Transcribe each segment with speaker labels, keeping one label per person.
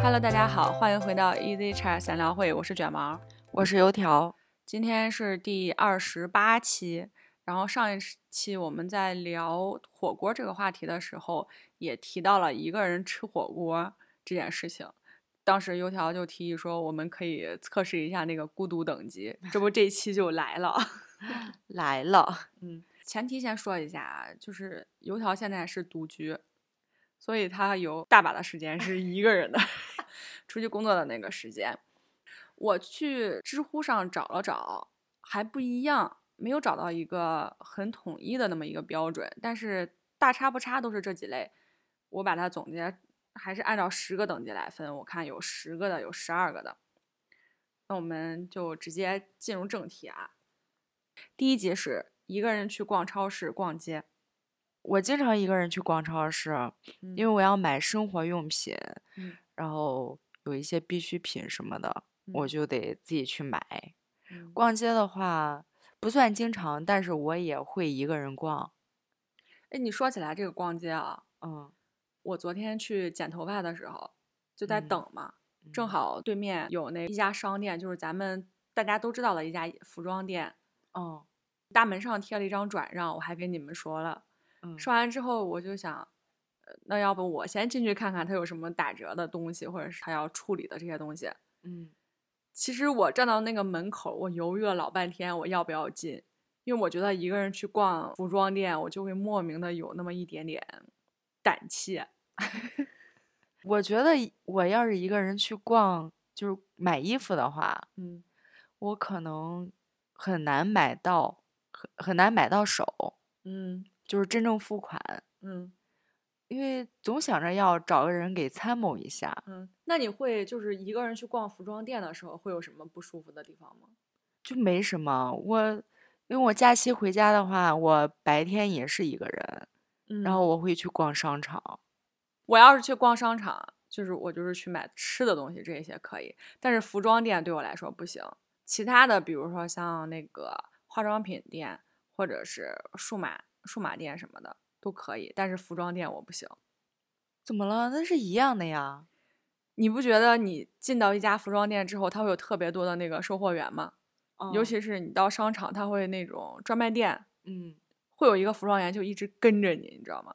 Speaker 1: Hello，大家好，欢迎回到 Easy Chat 闲聊会，我是卷毛，
Speaker 2: 我是油条。
Speaker 1: 今天是第二十八期。然后上一期我们在聊火锅这个话题的时候，也提到了一个人吃火锅这件事情。当时油条就提议说，我们可以测试一下那个孤独等级，这不这一期就来了。
Speaker 2: 来了，
Speaker 1: 嗯，前提先说一下啊，就是油条现在是独居，所以他有大把的时间是一个人的 出去工作的那个时间。我去知乎上找了找，还不一样，没有找到一个很统一的那么一个标准，但是大差不差都是这几类。我把它总结，还是按照十个等级来分，我看有十个的，有十二个的。那我们就直接进入正题啊。第一集是一个人去逛超市、逛街，
Speaker 2: 我经常一个人去逛超市，因为我要买生活用品，
Speaker 1: 嗯
Speaker 2: 然后有一些必需品什么的，
Speaker 1: 嗯
Speaker 2: 我就得自己去买。
Speaker 1: 嗯
Speaker 2: 逛街的话不算经常，但是我也会一个人逛。
Speaker 1: 哎，你说起来这个逛街啊，
Speaker 2: 嗯，
Speaker 1: 我昨天去剪头发的时候就在
Speaker 2: 嗯
Speaker 1: 等嘛，正
Speaker 2: 嗯
Speaker 1: 好对面有那一家商店，就是咱们大家都知道的一家服装店，
Speaker 2: 哦，
Speaker 1: 大门上贴了一张转让，我还跟你们说了。
Speaker 2: 嗯，
Speaker 1: 说完之后，我就想，呃那要不我先进去看看它有什么打折的东西，或者是它要处理的这些东西。
Speaker 2: 嗯，
Speaker 1: 其实我站到那个门口，我犹豫了老半天，我要不要进？因为我觉得一个人去逛服装店，我就会莫名的有那么一点点胆怯。
Speaker 2: 我觉得一我要是一个人去逛，就是买衣服的话，
Speaker 1: 嗯，
Speaker 2: 我可能很难买到，很很难买到手，
Speaker 1: 嗯
Speaker 2: 就是真正付款。
Speaker 1: 嗯
Speaker 2: 因为总想着要找个人给参谋一下，
Speaker 1: 嗯，那你会就是一个人去逛服装店的时候，会有什么不舒服的地方吗？
Speaker 2: 就没什么。我因为我假期回家的话，我白天也是一个人，
Speaker 1: 嗯
Speaker 2: 然后我会去逛商场。
Speaker 1: 我要是去逛商场，就是我就是去买吃的东西这些可以，但是服装店对我来说不行。其他的，比如说像那个化妆品店或者是数码数码店什么的都可以，但是服装店我不行。
Speaker 2: 怎么了？那是一样的呀。
Speaker 1: 你不觉得你进到一家服装店之后，它会有特别多的那个售货员吗？尤
Speaker 2: 嗯
Speaker 1: 其是你到商场，它会那种专卖店
Speaker 2: 嗯，
Speaker 1: 会有一个服装员就一直跟着你，你知道吗？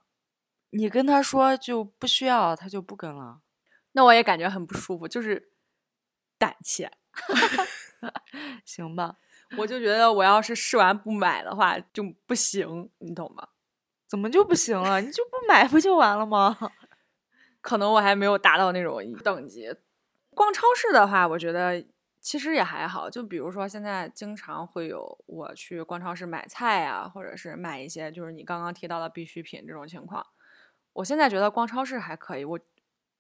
Speaker 2: 你跟他说就不需要，他就不跟了。
Speaker 1: 那我也感觉很不舒服，就是胆怯。
Speaker 2: 行吧？
Speaker 1: 我就觉得我要是试完不买的话就不行，你懂吗？
Speaker 2: 怎么就不行了？你就不买不就完了吗？
Speaker 1: 可能我还没有达到那种等级。逛超市的话，我觉得其实也还好。就比如说现在经常会有我去逛超市买菜啊，或者是买一些就是你刚刚提到的必需品这种情况。我现在觉得逛超市还可以，我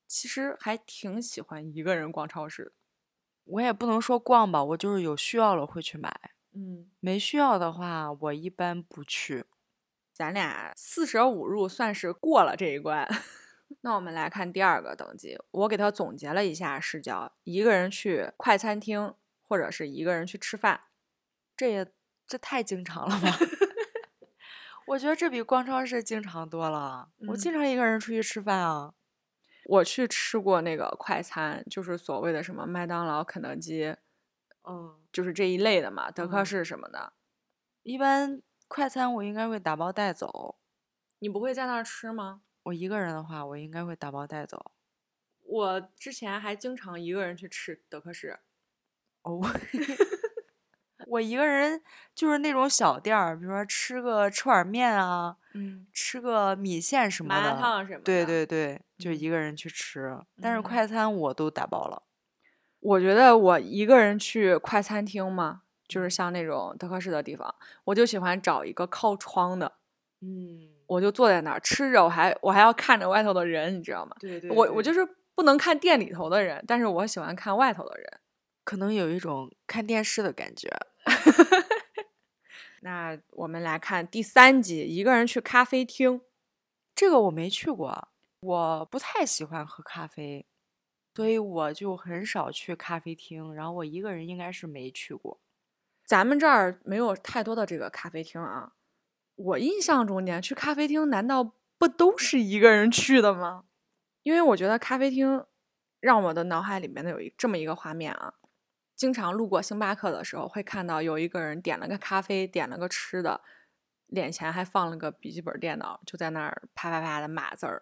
Speaker 1: 其实还挺喜欢一个人逛超市的。
Speaker 2: 我也不能说逛吧，我就是有需要了会去买，
Speaker 1: 嗯，
Speaker 2: 没需要的话我一般不去。
Speaker 1: 咱俩四舍五入算是过了这一关。 那我们来看第二个等级，我给它总结了一下，是叫一个人去快餐厅或者是一个人去吃饭。
Speaker 2: 这也这太经常了吧？ 我觉得这比逛超市经常多了。我
Speaker 1: 嗯
Speaker 2: 经常一个人出去吃饭啊。
Speaker 1: 我去吃过那个快餐，就是所谓的什么麦当劳、肯德基，
Speaker 2: 嗯，
Speaker 1: 就是这一类的嘛，德克
Speaker 2: 嗯
Speaker 1: 士什么的。
Speaker 2: 一般快餐我应该会打包带走。
Speaker 1: 你不会在那儿吃吗？
Speaker 2: 我一个人的话，我应该会打包带走。
Speaker 1: 我之前还经常一个人去吃德克士。
Speaker 2: 哦， 我一个人就是那种小店儿，比如说吃个串儿面啊，
Speaker 1: 嗯，
Speaker 2: 吃个米线什么
Speaker 1: 麻辣
Speaker 2: 的。
Speaker 1: 烫什么的。
Speaker 2: 对对对，就
Speaker 1: 嗯
Speaker 2: 一个人去吃。但是
Speaker 1: 嗯
Speaker 2: 快餐我都打包了。
Speaker 1: 我觉得我一个人去快餐厅嘛，就是像那种德克士的地方，我就喜欢找一个靠窗的，
Speaker 2: 嗯，
Speaker 1: 我就坐在那儿吃着，我还我还要看着外头的人，你知道吗？
Speaker 2: 对对
Speaker 1: 我我
Speaker 2: 对
Speaker 1: 就是不能看店里头的人，但是我喜欢看外头的人。
Speaker 2: 可能有一种看电视的感觉。
Speaker 1: 那我们来看第三集，一个人去咖啡厅。
Speaker 2: 这个我没去过，我不太喜欢喝咖啡，所以我就很少去咖啡厅。然后我一个人应该是没去过。
Speaker 1: 咱们这儿没有太多的这个咖啡厅啊。我印象中间去咖啡厅难道不都是一个人去的吗？因为我觉得咖啡厅让我的脑海里面的有一这么一个画面啊，经常路过星巴克的时候，会看到有一个人点了个咖啡，点了个吃的，脸前还放了个笔记本电脑，就在那儿啪啪啪的码字儿。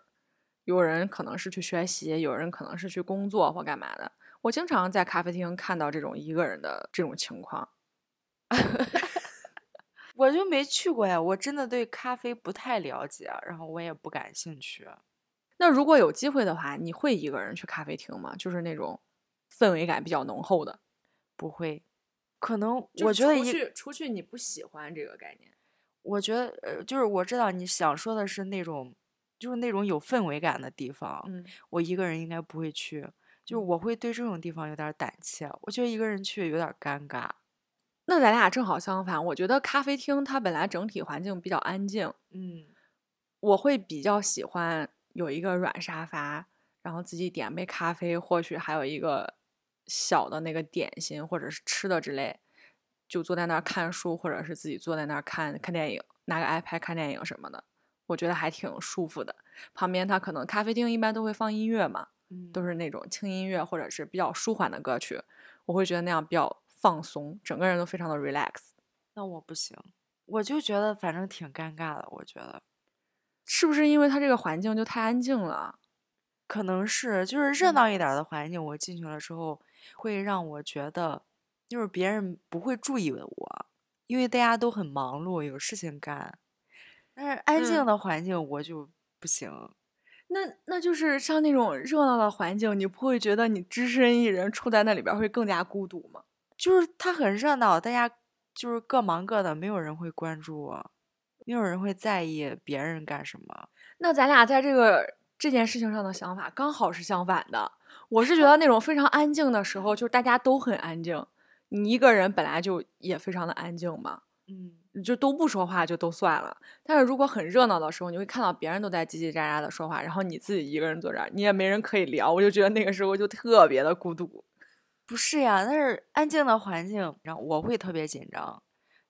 Speaker 1: 有人可能是去学习，有人可能是去工作或干嘛的。我经常在咖啡厅看到这种一个人的这种情况。
Speaker 2: 我就没去过呀，我真的对咖啡不太了解，然后我也不感兴趣。
Speaker 1: 那如果有机会的话，你会一个人去咖啡厅吗？就是那种氛围感比较浓厚的。
Speaker 2: 不会，可能
Speaker 1: 就
Speaker 2: 我
Speaker 1: 是
Speaker 2: 觉得
Speaker 1: 除
Speaker 2: 一，
Speaker 1: 去除去你不喜欢这个概念，
Speaker 2: 我觉得呃，就是我知道你想说的是那种，就是那种有氛围感的地方，
Speaker 1: 嗯，
Speaker 2: 我一个人应该不会去。就是
Speaker 1: 嗯
Speaker 2: 我会对这种地方有点儿胆怯，我觉得一个人去有点儿尴尬。
Speaker 1: 那咱俩正好相反。我觉得咖啡厅它本来整体环境比较安静，
Speaker 2: 嗯，
Speaker 1: 我会比较喜欢有一个软沙发，然后自己点杯咖啡，或许还有一个小的那个点心或者是吃的之类，就坐在那儿看书，或者是自己坐在那儿看看电影，拿个 iPad 看电影什么的，我觉得还挺舒服的。旁边它可能咖啡厅一般都会放音乐嘛，都
Speaker 2: 嗯
Speaker 1: 是那种轻音乐或者是比较舒缓的歌曲，我会觉得那样比较放松，整个人都非常的 relax。
Speaker 2: 那我不行，我就觉得反正挺尴尬的。我觉得
Speaker 1: 是不是因为它这个环境就太安静了？啊
Speaker 2: 可能是就是热
Speaker 1: 嗯
Speaker 2: 闹一点儿的环境，我进去了之后会让我觉得，就是别人不会注意我，因为大家都很忙碌，有事情干。但是安静
Speaker 1: 嗯
Speaker 2: 的环境我就不行，
Speaker 1: 那那就是像那种热闹的环境，你不会觉得你只身一人处在那里边儿会更加孤独吗？
Speaker 2: 就是它很热闹，大家就是各忙各的，没有人会关注我，没有人会在意别人干什么。
Speaker 1: 那咱俩在这个这件事情上的想法刚好是相反的。我是觉得那种非常安静的时候，就是大家都很安静，你一个人本来就也非常的安静嘛，
Speaker 2: 嗯，
Speaker 1: 你就都不说话就都算了。但是如果很热闹的时候，你会看到别人都在叽叽喳喳的说话，然后你自己一个人坐这儿，你也没人可以聊，我就觉得那个时候就特别的孤独。
Speaker 2: 不是呀，但是安静的环境，然后我会特别紧张，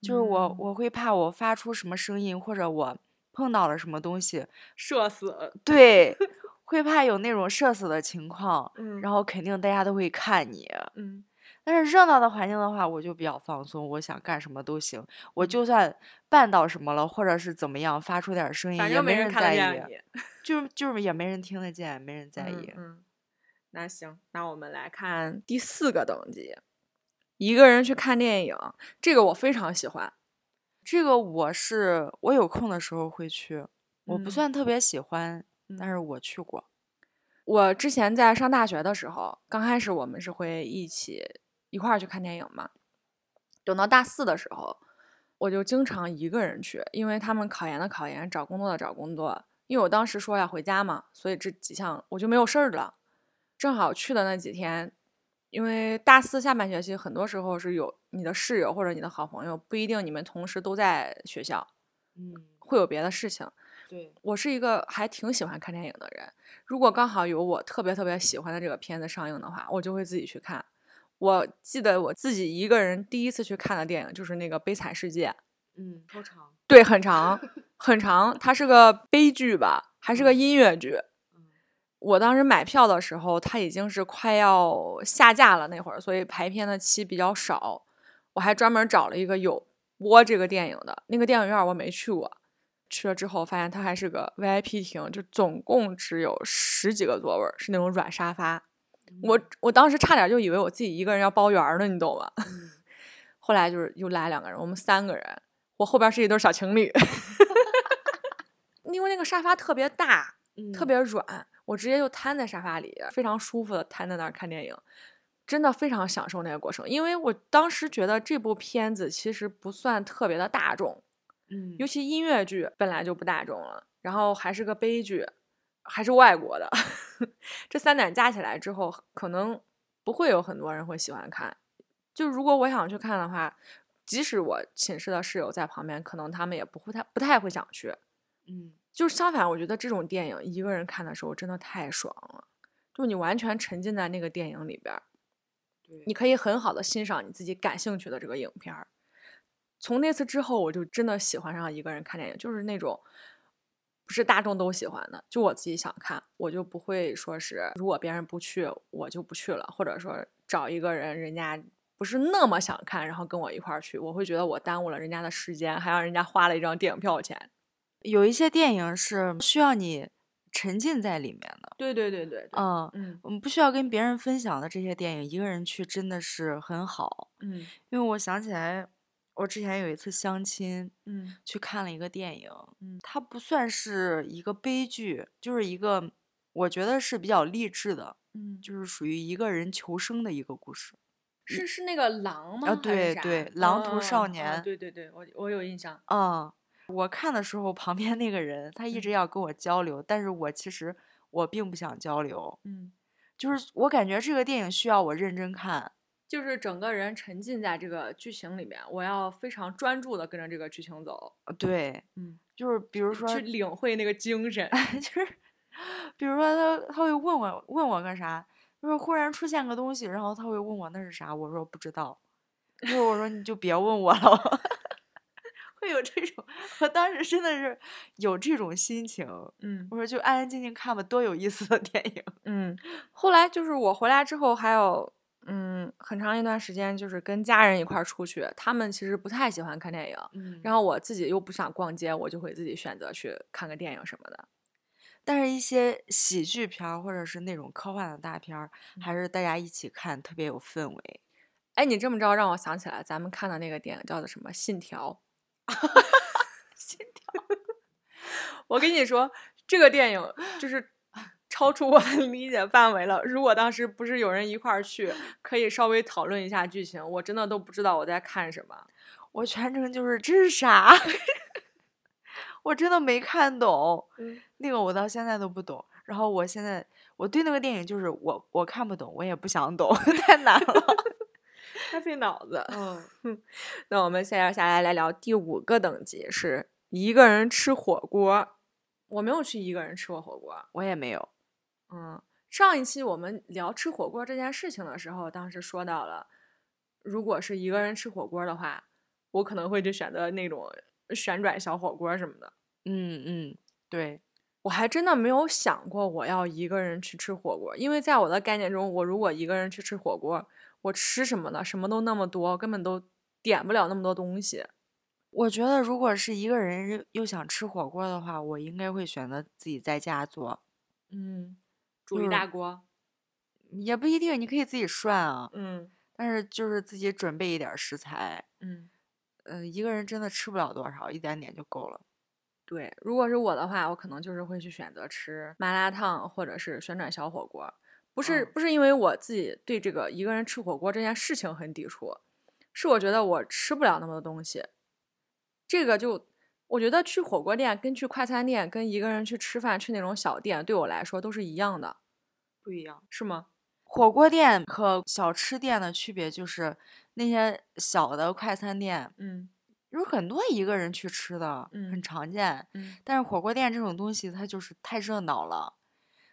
Speaker 2: 就是我
Speaker 1: 嗯
Speaker 2: 我会怕我发出什么声音，或者我碰到了什么东西，
Speaker 1: 社死，
Speaker 2: 对，会怕有那种社死的情况，
Speaker 1: 嗯
Speaker 2: 然后肯定大家都会看你。
Speaker 1: 嗯，
Speaker 2: 但是热闹的环境的话，我就比较放松，我想干什么都行，我就算绊到什么了，或者是怎么样，发出点儿声音也没人在意，
Speaker 1: 你。
Speaker 2: 就是就是也没人听得见，没人在
Speaker 1: 嗯
Speaker 2: 意。
Speaker 1: 嗯，那行，那我们来看第四个等级，一个人去看电影，这个我非常喜欢。
Speaker 2: 这个我是我有空的时候会去，我不
Speaker 1: 嗯
Speaker 2: 算特别喜欢，但
Speaker 1: 嗯
Speaker 2: 是我去过。
Speaker 1: 我之前在上大学的时候，刚开始我们是会一起一块儿去看电影嘛。等到大四的时候，我就经常一个人去，因为他们考研的考研，找工作的找工作。因为我当时说要回家嘛，所以这几项我就没有事儿了。正好去的那几天，因为大四下半学期很多时候是有你的室友或者你的好朋友，不一定你们同时都在学校，
Speaker 2: 嗯，
Speaker 1: 会有别的事情。
Speaker 2: 对，
Speaker 1: 我是一个还挺喜欢看电影的人，如果刚好有我特别特别喜欢的这个片子上映的话，我就会自己去看。我记得我自己一个人第一次去看的电影就是那个《悲惨世界》，
Speaker 2: 嗯，超长，
Speaker 1: 对，很长很长，它是个悲剧吧，还是个音乐剧。
Speaker 2: 嗯
Speaker 1: 我当时买票的时候，它已经是快要下架了那会儿，所以排片的期比较少。我还专门找了一个有播这个电影的那个电影院，我没去过。去了之后发现它还是个 VIP 厅，就总共只有十几个座位儿，是那种软沙发。我
Speaker 2: 嗯
Speaker 1: 我当时差点就以为我自己一个人要包圆儿呢，你懂吗？
Speaker 2: 嗯
Speaker 1: 后来就是又来两个人，我们三个人，我后边是一对小情侣， 因为那个沙发特别大，特
Speaker 2: 嗯
Speaker 1: 别软，我直接就瘫在沙发里，非常舒服的瘫在那儿看电影，真的非常享受那个过程。因为我当时觉得这部片子其实不算特别的大众，
Speaker 2: 嗯
Speaker 1: 尤其音乐剧本来就不大众了，然后还是个悲剧，还是外国的， 这三点加起来之后，可能不会有很多人会喜欢看。就如果我想去看的话，即使我寝室的室友在旁边，可能他们也不会太不太会想去。
Speaker 2: 嗯
Speaker 1: 就是相反，我觉得这种电影一个人看的时候真的太爽了，就你完全沉浸在那个电影里边儿，
Speaker 2: 对，
Speaker 1: 你可以很好的欣赏你自己感兴趣的这个影片儿。从那次之后，我就真的喜欢上一个人看电影，就是那种不是大众都喜欢的，就我自己想看，我就不会说是如果别人不去，我就不去了，或者说找一个人，人家不是那么想看，然后跟我一块儿去，我会觉得我耽误了人家的时间，还让人家花了一张电影票钱。
Speaker 2: 有一些电影是需要你沉浸在里面的，
Speaker 1: 对对对对，
Speaker 2: 嗯，
Speaker 1: 嗯
Speaker 2: 我们不需要跟别人分享的这些电影，一个人去真的是很好。
Speaker 1: 嗯
Speaker 2: 因为我想起来，我之前有一次相亲，
Speaker 1: 嗯
Speaker 2: 去看了一个电影，
Speaker 1: 嗯
Speaker 2: 它不算是一个悲剧，就是一个我觉得是比较励志的，
Speaker 1: 嗯，
Speaker 2: 就是属于一个人求生的一个故事。
Speaker 1: 是是那个狼吗？还是
Speaker 2: 啊对
Speaker 1: 啥
Speaker 2: 对狼图少
Speaker 1: 哦哦
Speaker 2: 年
Speaker 1: 对对对，我我有印象。
Speaker 2: 嗯，我看的时候，旁边那个人他一直
Speaker 1: 嗯
Speaker 2: 要跟我交流，但是我其实我并不想交流，
Speaker 1: 嗯，
Speaker 2: 就是我感觉这个电影需要我认真看。
Speaker 1: 就是整个人沉浸在这个剧情里面，我要非常专注的跟着这个剧情走，
Speaker 2: 呃对，
Speaker 1: 嗯，
Speaker 2: 就是比如说，
Speaker 1: 去领会那个精 神。
Speaker 2: 就是比如说他他会问我问我个啥，就是忽然出现个东西，然后他会问我那是啥，我说不知道，就是我说你就别问我了， 会有这种，我当时真的是有这种心情，
Speaker 1: 嗯
Speaker 2: 我说就安安静静看吧，多有意思的电影，
Speaker 1: 嗯，后来就是我回来之后，还有嗯很长一段时间，就是跟家人一块儿出去，他们其实不太喜欢看电影，
Speaker 2: 嗯然
Speaker 1: 然
Speaker 2: 后
Speaker 1: 后我自己又不想逛街，我就会自己选择去看个电影什么的。
Speaker 2: 但是一些喜剧片儿或者是那种科幻的大片儿，还是大家一起看特别有氛围。
Speaker 1: 哎，你这么着让我想起来，咱们看的那个电影叫做什么《信条》。 信条，我跟你说，这个电影就是超出我的理解范围了。如果当时不是有人一块儿去，可以稍微讨论一下剧情，我真的都不知道我在看什么。
Speaker 2: 我全程就是这是啥？ 我真的没看懂，
Speaker 1: 嗯
Speaker 2: 那个我到现在都不懂。然后我现在我对那个电影就是我我看不懂，我也不想懂， 太难了。
Speaker 1: 太费脑子。
Speaker 2: 嗯，
Speaker 1: 那我们现在下来来聊第五个等级，是一个人吃火锅。我没有去一个人吃过火锅，啊
Speaker 2: 我也没有。
Speaker 1: 嗯，上一期我们聊吃火锅这件事情的时候，当时说到了，如果是一个人吃火锅的话，我可能会就选择那种旋转小火锅什么的。
Speaker 2: 嗯嗯，对，
Speaker 1: 我还真的没有想过我要一个人去吃火锅，因为在我的概念中，我如果一个人去吃火锅，我吃什么呢？什么都那么多，根本都点不了那么多东西。
Speaker 2: 我觉得如果是一个人又想吃火锅的话，我应该会选择自己在家做，
Speaker 1: 嗯，煮
Speaker 2: 就
Speaker 1: 一
Speaker 2: 是
Speaker 1: 大锅。
Speaker 2: 也不一定，你可以自己涮啊，
Speaker 1: 嗯
Speaker 2: 但是就是自己准备一点儿食材。
Speaker 1: 嗯，
Speaker 2: 呃，一个人真的吃不了多少，一点点就够了。
Speaker 1: 对，如果是我的话，我可能就是会去选择吃麻辣烫或者是旋转小火锅，不是、
Speaker 2: 嗯
Speaker 1: 不是因为我自己对这个一个人吃火锅这件事情很抵触，是我觉得我吃不了那么多东西。这个就我觉得去火锅店跟去快餐店跟一个人去吃饭去那种小店对我来说都是一样的，
Speaker 2: 不一样。
Speaker 1: 是吗？
Speaker 2: 火锅店和小吃店的区别就是，那些小的快餐店
Speaker 1: 嗯
Speaker 2: 有很多一个人去吃的，
Speaker 1: 嗯
Speaker 2: 很常见。
Speaker 1: 嗯，
Speaker 2: 但是火锅店这种东西，它就是太热闹了，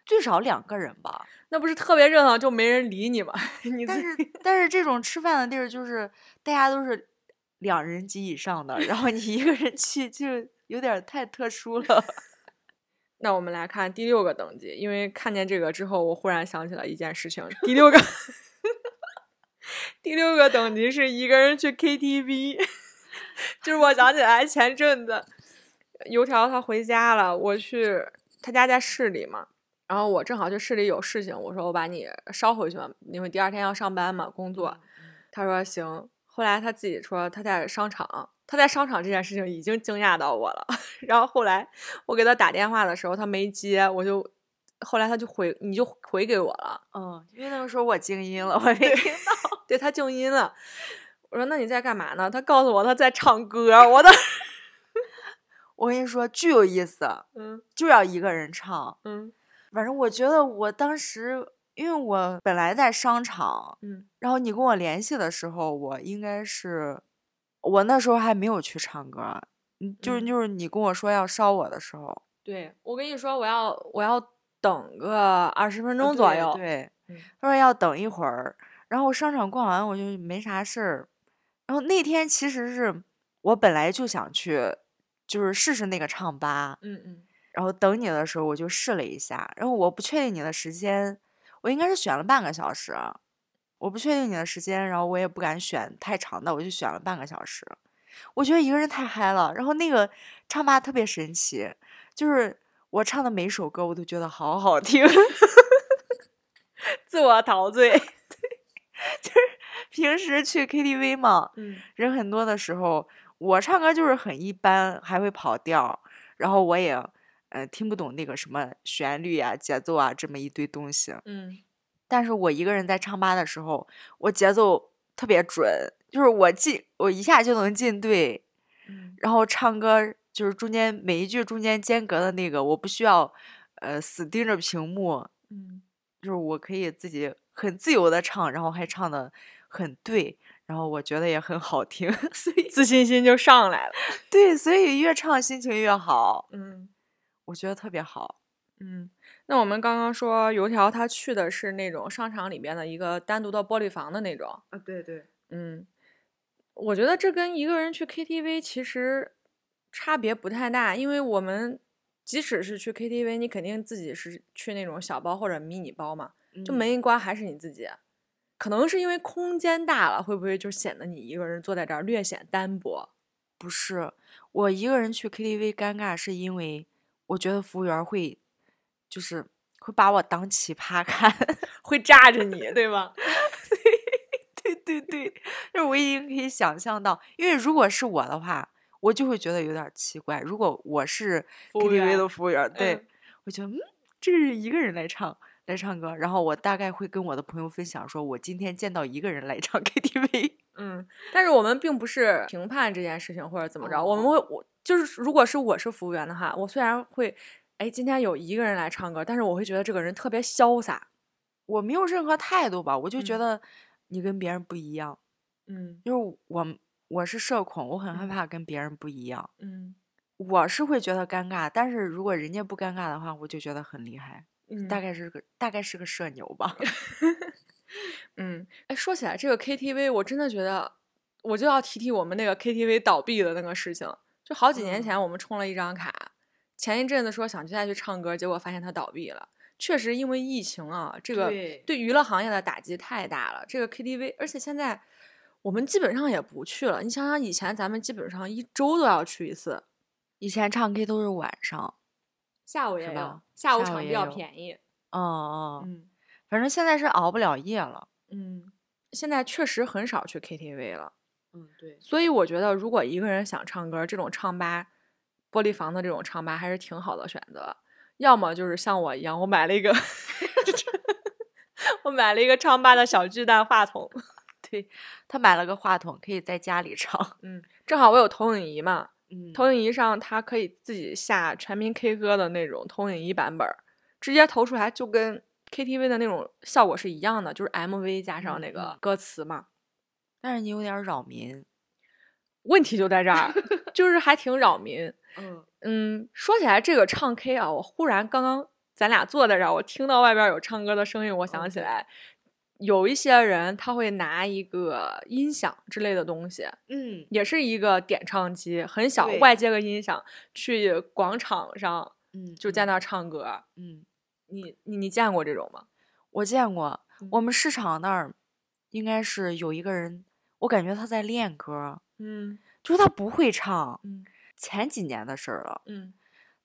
Speaker 2: 最少两个人吧。
Speaker 1: 那不是特别热闹就没人理你吗？ 你
Speaker 2: 但
Speaker 1: 自
Speaker 2: 是 但是这种吃饭的地儿，就是大家都是两人及以上的，然后你一个人去就有点儿太特殊 了。
Speaker 1: 那我们来看第六个等级，因为看见这个之后，我忽然想起了一件事情。第六个，第六个等级是一个人去 KTV，就是我想起来前阵子油条他回家了，我去他家在市里嘛，然后我正好去市里有事情，我说我把你捎回去吧，因为第二天要上班嘛，工作。他说行。后来他自己说他在商场，他在商场这件事情已经惊讶到我了。 然后后来我给他打电话的时候，他没接，我就后来他就回你就回给我了，
Speaker 2: 嗯，因为那个时候我静音 了，我没听到。
Speaker 1: 对他静音了。我说那你在干嘛呢？他告诉我他在唱歌，我 的
Speaker 2: 我跟你说，巨有意思，
Speaker 1: 嗯
Speaker 2: 就要一个人唱。
Speaker 1: 嗯
Speaker 2: 反正我觉得我当时，因为我本来在商场，
Speaker 1: 嗯
Speaker 2: 然后你跟我联系的时候，我应该是，我那时候还没有去唱歌，嗯，就是
Speaker 1: 嗯
Speaker 2: 就是你跟我说要捎我的时候，
Speaker 1: 对我跟你说我要我要等个二十分钟
Speaker 2: 哦对
Speaker 1: 左右，
Speaker 2: 对
Speaker 1: 嗯，
Speaker 2: 他说要等一会儿，然后商场逛完我就没啥事儿，然后那天其实是我本来就想去，就是试试那个唱吧，
Speaker 1: 嗯嗯
Speaker 2: 然后等你的时候我就试了一下，然后我不确定你的时间，我应该是选了半个小时，啊我不确定你的时间，然后我也不敢选太长的，我就选了半个小时。我觉得一个人太嗨了，然后那个唱吧特别神奇，就是我唱的每一首歌我都觉得好好听，
Speaker 1: 自我陶醉。
Speaker 2: 平时去 KTV 嘛，
Speaker 1: 嗯，
Speaker 2: 人很多的时候，我唱歌就是很一般，还会跑调儿，然后我也呃听不懂那个什么旋律啊、节奏啊这么一堆东西。
Speaker 1: 嗯，
Speaker 2: 但是我一个人在唱吧的时候，我节奏特别准，就是我进我一下就能进队，
Speaker 1: 嗯
Speaker 2: 然后唱歌就是中间每一句中间间隔的那个，我不需要呃死盯着屏幕，
Speaker 1: 嗯，
Speaker 2: 就是我可以自己很自由的唱，然后还唱的很对，然后我觉得也很好听， 所以
Speaker 1: 自信心就上来了。
Speaker 2: 对，所以越唱心情越好，
Speaker 1: 嗯
Speaker 2: 我觉得特别好。
Speaker 1: 嗯，那我们刚刚说油条他去的是那种商场里边的一个单独的玻璃房的那种。
Speaker 2: 啊，对对，
Speaker 1: 嗯，我觉得这跟一个人去 KTV 其实差别不太大，因为我们即使是去 KTV，你肯定自己是去那种小包或者迷你包嘛，
Speaker 2: 嗯
Speaker 1: 就门一关还是你自己。可能是因为空间大了，会不会就显得你一个人坐在这儿略显单薄？
Speaker 2: 不是，我一个人去 KTV 尴尬，是因为我觉得服务员儿会，就是会把我当奇葩看。
Speaker 1: 会扎着你，对吧？
Speaker 2: 对对对， 就是我已经可以想象到，因为如果是我的话，我就会觉得有点儿奇怪。如果我是
Speaker 1: 服务
Speaker 2: KTV
Speaker 1: 员
Speaker 2: 的服务员儿，对、
Speaker 1: 嗯
Speaker 2: 我觉得嗯，这个人一个人来唱来唱歌，然后我大概会跟我的朋友分享，说我今天见到一个人来唱 KTV。
Speaker 1: 嗯，但是我们并不是评判这件事情或者怎么着，我们
Speaker 2: 哦
Speaker 1: 会我就是如果是我是服务员的话，我虽然会，哎，今天有一个人来唱歌，但是我会觉得这个人特别潇洒，
Speaker 2: 我没有任何态度吧，我就觉
Speaker 1: 嗯
Speaker 2: 得你跟别人不一样。
Speaker 1: 嗯
Speaker 2: 就是我们我是社恐，我很害
Speaker 1: 嗯
Speaker 2: 怕跟别人不一样，
Speaker 1: 嗯
Speaker 2: 我是会觉得尴尬，但是如果人家不尴尬的话，我就觉得很厉害，
Speaker 1: 嗯，
Speaker 2: 大概是个大概是个社牛 吧。
Speaker 1: 嗯，哎，说起来这个 KTV，我真的觉得我就要提提我们那个 KTV 倒闭的那个事情，就好几年
Speaker 2: 嗯
Speaker 1: 前我们充了一张卡，前一阵子说想去再去唱歌，结果发现它倒闭了。确实，因为疫情啊，这个
Speaker 2: 对
Speaker 1: 对娱乐行业的打击太大了。这个 KTV，而且现在我们基本上也不去了。你想想，以前咱们基本上一周都要去一次，
Speaker 2: 以前唱 K 都是晚上，
Speaker 1: 下午
Speaker 2: 也有
Speaker 1: 下
Speaker 2: 下午也有
Speaker 1: 宜。
Speaker 2: 嗯嗯，
Speaker 1: 嗯
Speaker 2: 反正现在是熬不了夜了。
Speaker 1: 嗯，现在确实很少去 KTV 了。
Speaker 2: 嗯，对，
Speaker 1: 所以我觉得，如果一个人想唱歌，这种唱吧、玻璃房的这种唱吧还是挺好的选择。要么就是像我一样，我买了一个， 我买了一个唱吧的小巨蛋话筒。
Speaker 2: 他买了个话筒，可以在家里唱。
Speaker 1: 嗯，正好我有投影仪嘛，
Speaker 2: 嗯
Speaker 1: 投影仪上它可以自己下全民 K 歌的那种投影仪版本儿，直接投出来就跟 KTV 的那种效果是一样的，就是 MV 加上那
Speaker 2: 嗯
Speaker 1: 个
Speaker 2: 嗯
Speaker 1: 歌词嘛。
Speaker 2: 但是你有点儿扰民。
Speaker 1: 问题就在这儿，就是还挺扰民。
Speaker 2: 嗯，
Speaker 1: 嗯，说起来这个唱 K 啊，我忽然刚刚咱俩坐在这儿，我听到外边有唱歌的声音，我想起
Speaker 2: 嗯
Speaker 1: 来，有一些人他会拿一个音响之类的东西，
Speaker 2: 嗯，
Speaker 1: 也是一个点唱机，很小，
Speaker 2: 对
Speaker 1: 外接个音响，去广场上
Speaker 2: 嗯，
Speaker 1: 就在
Speaker 2: 嗯
Speaker 1: 那儿唱歌。
Speaker 2: 嗯，
Speaker 1: 你你你见过这种吗？
Speaker 2: 我见过，我
Speaker 1: 嗯
Speaker 2: 们市场那儿应该是有一个人，我感觉他在练歌，
Speaker 1: 嗯
Speaker 2: 就是他不会唱，
Speaker 1: 嗯
Speaker 2: 前几年的事儿了。
Speaker 1: 嗯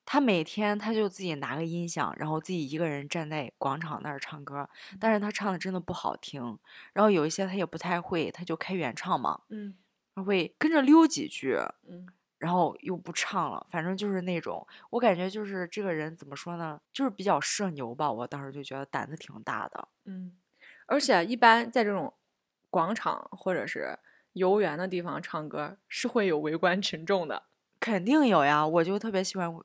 Speaker 2: 他每天他就自己拿个音响，然后自己一个人站在广场那儿唱歌，但是他唱的真的不好听。然后有一些他也不太会，他就开原唱嘛，
Speaker 1: 嗯
Speaker 2: 他会跟着溜几句，
Speaker 1: 嗯
Speaker 2: 然后又不唱了。反正就是那种，我感觉就是这个人怎么说呢，就是比较社牛吧。我当时就觉得胆子挺大的。
Speaker 1: 嗯，而且一般在这种广场或者是游园的地方唱歌，是会有围观群众的。
Speaker 2: 肯定有呀，我就特别喜欢我。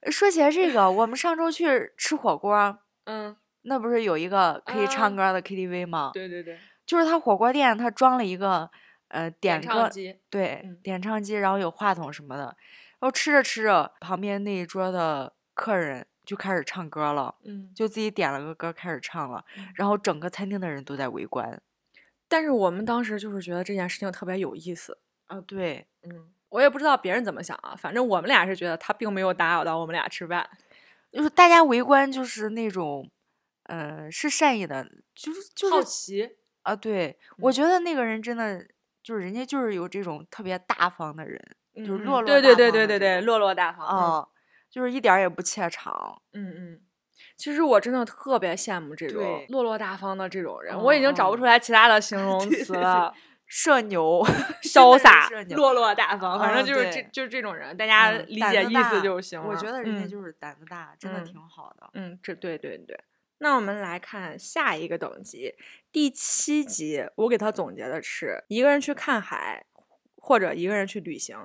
Speaker 2: 呃说起来这个，我们上周去吃火锅儿，
Speaker 1: 嗯，
Speaker 2: 那不是有一个可以
Speaker 1: 啊
Speaker 2: 唱歌儿的 KTV 吗？
Speaker 1: 对对对，
Speaker 2: 就是他火锅店，他装了一个呃点歌
Speaker 1: 唱，机，
Speaker 2: 对，
Speaker 1: 嗯
Speaker 2: 点唱机，然后有话筒什么的。然后吃着吃着，旁边那一桌的客人就开始唱歌了，
Speaker 1: 嗯，
Speaker 2: 就自己点了个歌开始唱了，然后整个餐厅的人都在围观。
Speaker 1: 但是我们当时就是觉得这件事情特别有意思。
Speaker 2: 啊，对，
Speaker 1: 嗯，我也不知道别人怎么想啊，反正我们俩是觉得他并没有打扰到我们俩吃饭。
Speaker 2: 就是大家围观，就是那种，呃，是善意的，就是就
Speaker 1: 好
Speaker 2: 是
Speaker 1: 奇，嗯
Speaker 2: 啊，对，我觉得那个人真的就是人家就是有这种特别大方的人，就是
Speaker 1: 嗯
Speaker 2: 落
Speaker 1: 嗯
Speaker 2: 落
Speaker 1: 对
Speaker 2: 大
Speaker 1: 对对
Speaker 2: 方
Speaker 1: 对对
Speaker 2: 的这
Speaker 1: 对，落落大方。
Speaker 2: 啊、就是一点儿也不怯场，
Speaker 1: 嗯嗯，其实我真的特别羡慕这种
Speaker 2: 对
Speaker 1: 落落大方的这种人，
Speaker 2: 嗯
Speaker 1: 我已经找不
Speaker 2: 嗯
Speaker 1: 出来其他的形容
Speaker 2: 对
Speaker 1: 词
Speaker 2: 对对
Speaker 1: 了。
Speaker 2: 社牛，真
Speaker 1: 潇
Speaker 2: 的是
Speaker 1: 洒
Speaker 2: 社、牛
Speaker 1: 落落大方，反正
Speaker 2: 嗯
Speaker 1: 就是这
Speaker 2: 对
Speaker 1: 就是这种人，大家
Speaker 2: 嗯
Speaker 1: 理
Speaker 2: 胆
Speaker 1: 解
Speaker 2: 子
Speaker 1: 意
Speaker 2: 大
Speaker 1: 思就行了。
Speaker 2: 我觉得人家
Speaker 1: 嗯
Speaker 2: 就是胆子大，真的
Speaker 1: 嗯
Speaker 2: 挺好的。
Speaker 1: 嗯，这对对对。那我们来看下一个等级，第七级，我给它总结的是一个人去看海，或者一个人去旅行，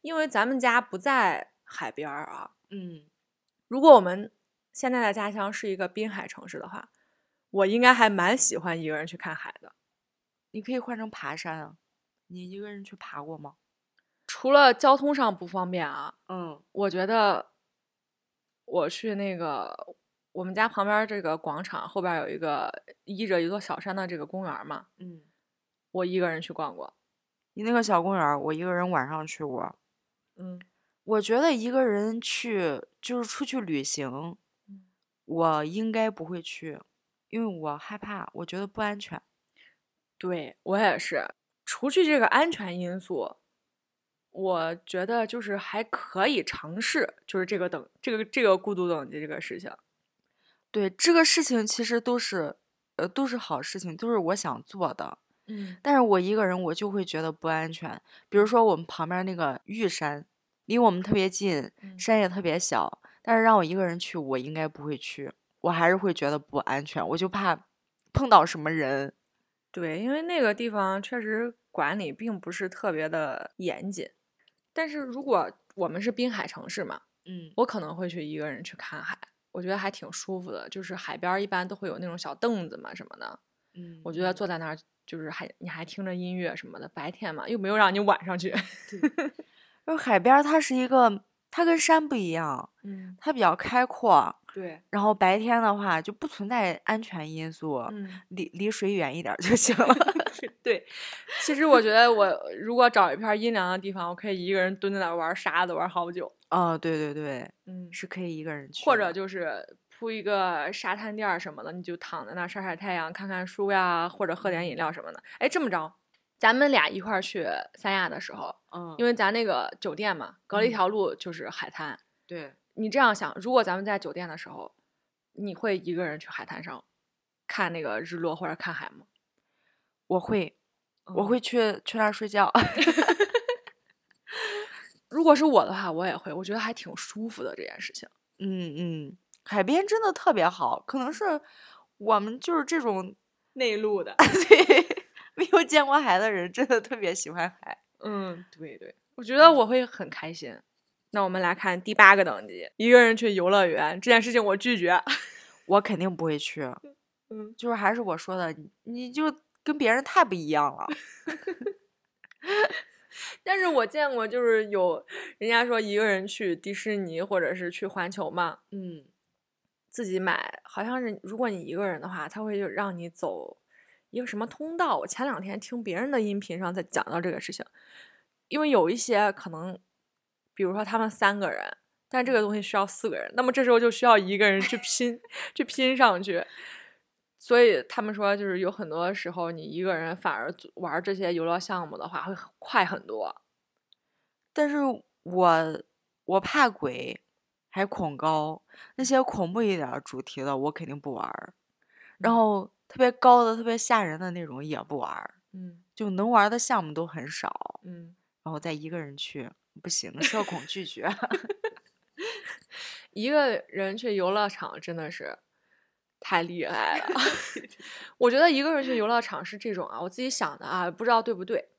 Speaker 1: 因为咱们家不在海边儿啊。
Speaker 2: 嗯，
Speaker 1: 如果我们现在的家乡是一个滨海城市的话，我应该还蛮喜欢一个人去看海的。
Speaker 2: 你可以换成爬山啊，你一个人去爬过吗？
Speaker 1: 除了交通上不方便啊，
Speaker 2: 嗯，
Speaker 1: 我觉得我去那个我们家旁边儿这个广场后边儿有一个依着一座小山的这个公园儿嘛，
Speaker 2: 嗯，
Speaker 1: 我一个人去逛过。
Speaker 2: 你那个小公园儿，我一个人晚上去过。
Speaker 1: 嗯
Speaker 2: 我觉得一个人去就是出去旅行
Speaker 1: 嗯，
Speaker 2: 我应该不会去，因为我害怕，我觉得不安全。
Speaker 1: 对我也是，除去这个安全因素，我觉得就是还可以尝试，就是这个等这个这个孤独等级这个事情。
Speaker 2: 对这个事情，其实都是，呃，都是好事情，都是我想做的。
Speaker 1: 嗯
Speaker 2: 但是我一个人，我就会觉得不安全。比如说我们旁边那个玉山，离我们特别近，
Speaker 1: 嗯
Speaker 2: 山也特别小，但是让我一个人去，我应该不会去，我还是会觉得不安全，我就怕碰到什么人。
Speaker 1: 对，因为那个地方确实管理并不是特别的严谨，但是如果我们是滨海城市嘛，
Speaker 2: 嗯
Speaker 1: 我可能会去一个人去看海，我觉得还挺舒服的。就是海边儿一般都会有那种小凳子嘛什么的，
Speaker 2: 嗯，
Speaker 1: 我觉得坐在那儿就是还你还听着音乐什么的。白天嘛又没有让你晚上去，
Speaker 2: 就是海边，它是一个，它跟山不一样，
Speaker 1: 嗯，
Speaker 2: 它比较开阔。
Speaker 1: 对，
Speaker 2: 然后白天的话就不存在安全因素，，
Speaker 1: 嗯
Speaker 2: 离离水远一点儿就 行了。
Speaker 1: 对。其实我觉得我如果找一片儿阴凉的地方，我可以一个人蹲在那儿玩沙子玩好久，
Speaker 2: 哦，对对对，
Speaker 1: 嗯，
Speaker 2: 是可以一个人去的，
Speaker 1: 或者就是。铺一个沙滩垫儿什么的，你就躺在那儿晒晒太阳、看看书呀，或者喝点饮料什么的。哎，这么着，咱们俩一块儿去三亚的时候，
Speaker 2: 嗯，
Speaker 1: 因为咱那个酒店嘛，隔了一
Speaker 2: 嗯
Speaker 1: 条路就是海滩。
Speaker 2: 对
Speaker 1: 你这样想，如果咱们在酒店的时候，你会一个人去海滩上看那个日落或者看海吗？
Speaker 2: 我会我
Speaker 1: 嗯
Speaker 2: 会去去那儿睡觉。
Speaker 1: 如果是我的话，我也会，我觉得还挺舒服的这件事情。
Speaker 2: 嗯嗯，海边真的特别好，可能是我们就是这种
Speaker 1: 内陆 的，
Speaker 2: 对没有见过海的人，真的特别喜欢海。
Speaker 1: 嗯，对嗯对，我觉得我会很开心。那我们来看第八个等级，一个人去游乐园这件事情，我拒绝。
Speaker 2: 我肯定不会去，
Speaker 1: 嗯，
Speaker 2: 就是还是我说的，你你就跟别人太不一样了。
Speaker 1: 但是我见过，就是有人家说一个人去迪士尼或者是去环球嘛，
Speaker 2: 嗯，
Speaker 1: 自己买，好像是如果你一个人的话，他会就让你走一个什么通道。我前两天听别人的音频上在讲到这个事情，因为有一些可能，比如说他们三个人，但这个东西需要四个人，那么这时候就需要一个人去拼，去拼上去。所以他们说，就是有很多时候你一个人反而做玩这些游乐项目的话，会很快很多。
Speaker 2: 但是我我怕鬼，还恐高，那些恐怖一点儿主题的我肯定不玩儿，然
Speaker 1: 嗯
Speaker 2: 后特别高的、特别吓人的那种也不玩儿，
Speaker 1: 嗯
Speaker 2: 就能玩儿的项目都很少。
Speaker 1: 嗯，
Speaker 2: 然后再一个人去，不行，社恐拒绝。
Speaker 1: 一个人去游乐场真的是太厉害 了。我觉得一个人去游乐场是这种啊，我自己想的啊，不知道对不对。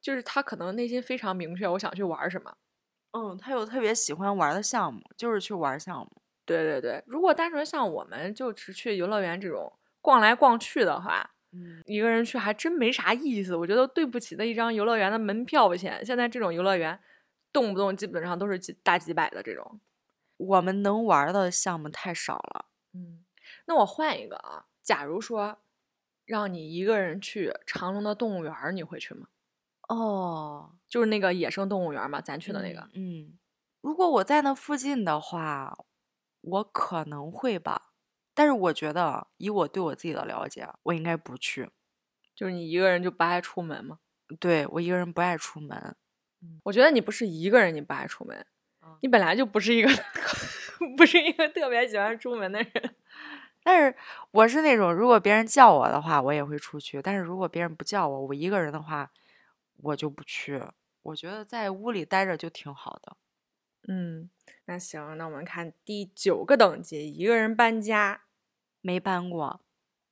Speaker 1: 就是他可能内心非常明确，我想去玩儿什么。
Speaker 2: 嗯，他有特别喜欢玩儿的项目，就是去玩儿项目。
Speaker 1: 对对对，如果单纯像我们就只去游乐园这种逛来逛去的话，
Speaker 2: 嗯，
Speaker 1: 一个人去还真没啥意思。我觉得对不起的一张游乐园的门票钱。现在这种游乐园，动不动基本上都是几大几百的这种。
Speaker 2: 我们能玩儿的项目太少了。
Speaker 1: 嗯，那我换一个啊，假如说让你一个人去长隆的动物园儿，你会去吗？
Speaker 2: 哦，
Speaker 1: 就是那个野生动物园嘛，咱去的那个。
Speaker 2: 嗯，嗯如果我在那附近的话，我可能会吧，但是我觉得啊以我对我自己的了解，啊我应该不去。
Speaker 1: 就是你一个人就不爱出门嘛。
Speaker 2: 对我一个人不爱出门，
Speaker 1: 我觉得你不是一个人，你不爱出门，
Speaker 2: 嗯
Speaker 1: 你本来就不是一个 不是一个特别喜欢出门的人。
Speaker 2: 但是我是那种如果别人叫我的话，我也会出去；但是如果别人不叫我，我一个人的话，我就不去。我觉得在屋里待着就挺好的。
Speaker 1: 嗯，那行，那我们看第九个等级，一个人搬家，
Speaker 2: 没搬过，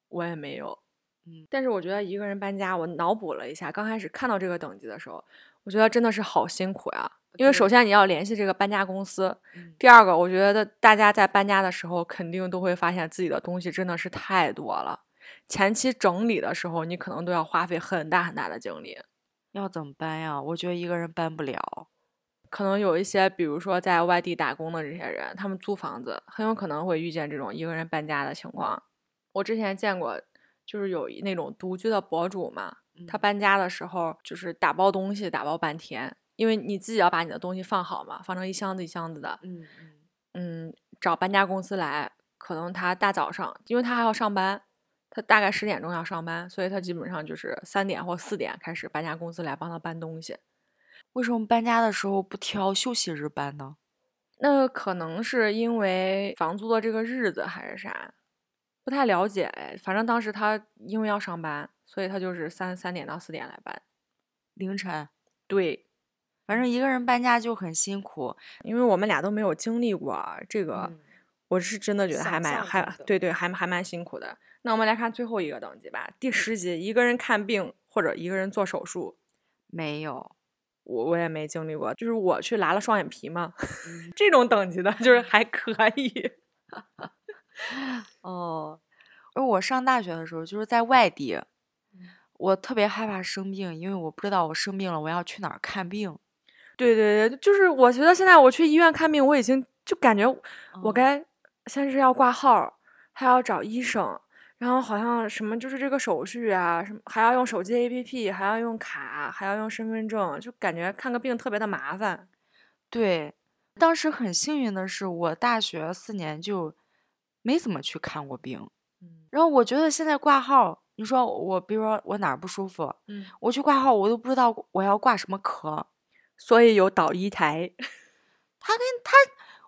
Speaker 1: 我也没有。
Speaker 2: 嗯
Speaker 1: 但是我觉得一个人搬家，我脑补了一下，刚开始看到这个等级的时候，我觉得真的是好辛苦呀。因为首
Speaker 2: 呃对
Speaker 1: 先你要联系这个搬家公司，
Speaker 2: 嗯
Speaker 1: 第二个，我觉得大家在搬家的时候，肯定都会发现自己的东西真的是太多了。前期整理的时候，你可能都要花费很大很大的精力。
Speaker 2: 要怎么搬呀？我觉得一个人搬不了。
Speaker 1: 可能有一些，比如说在外地打工的这些人，他们租房子很有可能会遇见这种一个人搬家的情况。我之前见过，就是有一那种独居的博主嘛，他
Speaker 2: 嗯
Speaker 1: 搬家的时候就是打包东西，打包半天，因为你自己要把你的东西放好嘛，放成一箱子一箱子的。
Speaker 2: 嗯嗯
Speaker 1: 嗯，找搬家公司来，可能他大早上，因为他还要上班，他大概十点钟要上班，所以他基本上就是三点或四点开始搬家公司来帮他搬东西。
Speaker 2: 为什么搬家的时候不挑休息日搬呢？
Speaker 1: 那可能是因为房租的这个日子还是啥，不太了解哎。反正当时他因为要上班，所以他就是三三点到四点来搬。
Speaker 2: 凌晨，
Speaker 1: 对，
Speaker 2: 反正一个人搬家就很辛苦。
Speaker 1: 因为我们俩都没有经历过啊这个，
Speaker 2: 嗯
Speaker 1: 我是真的觉得
Speaker 2: 想
Speaker 1: 还蛮
Speaker 2: 象
Speaker 1: 还
Speaker 2: 中的
Speaker 1: 对对，还还蛮辛苦的。那我们来看最后一个等级吧，
Speaker 2: 嗯
Speaker 1: 第十级，一个人看病或者一个人做手术，
Speaker 2: 没有，
Speaker 1: 我我也没经历过，就是我去拉了双眼皮嘛，
Speaker 2: 嗯
Speaker 1: 这种等级的就是还可以。
Speaker 2: 哦，而我上大学的时候就是在外地，我特别害怕生病，因为我不知道我生病了我要去哪儿看病。
Speaker 1: 对对对，就是我觉得现在我去医院看病，我已经就感觉我
Speaker 2: 嗯
Speaker 1: 该先是要挂号，还要找医生，然后好像什么就是这个手续啊，什么还要用手机 APP，还要用卡，还要用身份证，就感觉看个病特别的麻烦。
Speaker 2: 对，当时很幸运的是，我大学四年就没怎么去看过病。
Speaker 1: 嗯
Speaker 2: 然后我觉得现在挂号，你说我，比如说我哪儿不舒服，
Speaker 1: 嗯，
Speaker 2: 我去挂号，我都不知道我要挂什么科。
Speaker 1: 所以有导医台。
Speaker 2: 他跟他，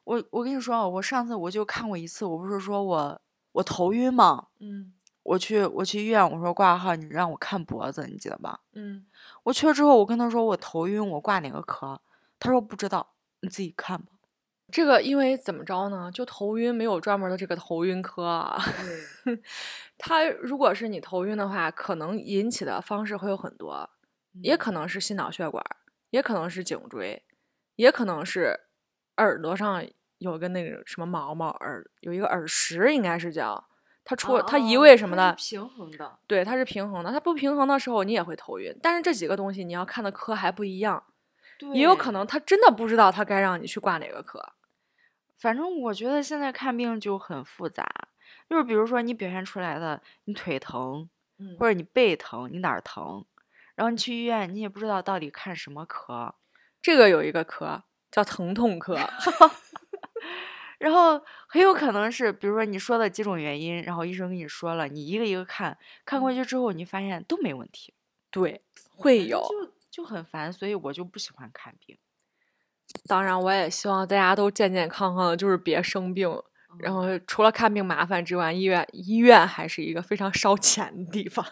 Speaker 2: 我我跟你说啊，我上次我就看过一次，我不是说我我头晕吗？
Speaker 1: 嗯
Speaker 2: 我去我去医院，我说挂号，你让我看脖子，你记得吧？
Speaker 1: 嗯，
Speaker 2: 我去了之后，我跟他说我头晕，我挂哪个科？他说不知道，你自己看吧。
Speaker 1: 这个因为怎么着呢？就头晕没有专门的这个头晕科啊。 它如果是你头晕的话，可能引起的方式会有很多，也
Speaker 2: 嗯
Speaker 1: 可能是心脑血管儿，也可能是颈椎，也可能是耳朵上有个那个什么毛毛耳，有一个耳石，应该是叫它出哦它移位什么的，
Speaker 2: 哦平衡的。
Speaker 1: 对，它是平衡的。它不平衡的时候你也会头晕，但是这几个东西你要看的科还不一样，也有可
Speaker 2: 对，
Speaker 1: 能他真的不知道他该让你去挂哪个科。
Speaker 2: 反正我觉得现在看病就很复杂，就是比如说你表现出来的，你腿疼，
Speaker 1: 嗯
Speaker 2: 或者你背疼，你哪儿疼，然后你去医院，你也不知道到底看什么科，
Speaker 1: 这个有一个科叫疼痛 科，
Speaker 2: 然后很有可能是，比如说你说的几种原因，然后医生跟你说了，你一个一个看，看过去之后，你发现都没问题，
Speaker 1: 对，嗯会
Speaker 2: 反正
Speaker 1: 有。
Speaker 2: 就就很烦，所以我就不喜欢看病。
Speaker 1: 当然，我也希望大家都健健康康的，就是别生病。然
Speaker 2: 嗯
Speaker 1: 后除了看病麻烦之外，医院医院还是一个非常烧钱的地方。